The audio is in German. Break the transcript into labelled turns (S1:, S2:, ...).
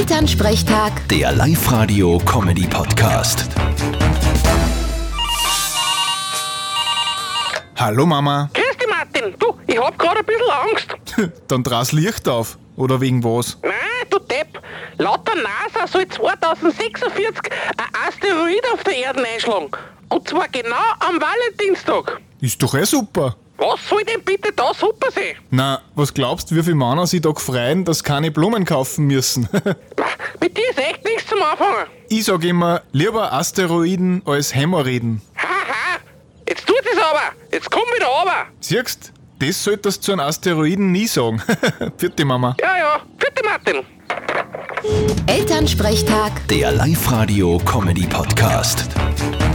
S1: Elternsprechtag,
S2: Der Live-Radio-Comedy-Podcast.
S3: Hallo Mama,
S4: Grüß dich, Martin. Du, ich hab gerade ein bisschen Angst.
S3: dann dreh's Licht auf. Oder wegen was?
S4: Nein, du Depp. Laut der NASA soll 2046 ein Asteroid auf der Erde einschlagen. Und zwar genau am Valentinstag.
S3: Ist doch eh super.
S4: Was soll denn bitte da super sein?
S3: Na, was glaubst, wie viele Männer sich da freuen, dass keine Blumen kaufen müssen?
S4: Mit dir ist echt nichts zum Anfangen.
S3: ich sag immer, lieber Asteroiden als Hämorrhoiden.
S4: Haha. Jetzt tut es aber. Jetzt komm wieder runter.
S3: Siehst, das solltest du zu einem Asteroiden nie sagen. Vierte Mama.
S4: Ja, ja. Bitte, Martin.
S1: Elternsprechtag.
S2: Der Live-Radio-Comedy-Podcast.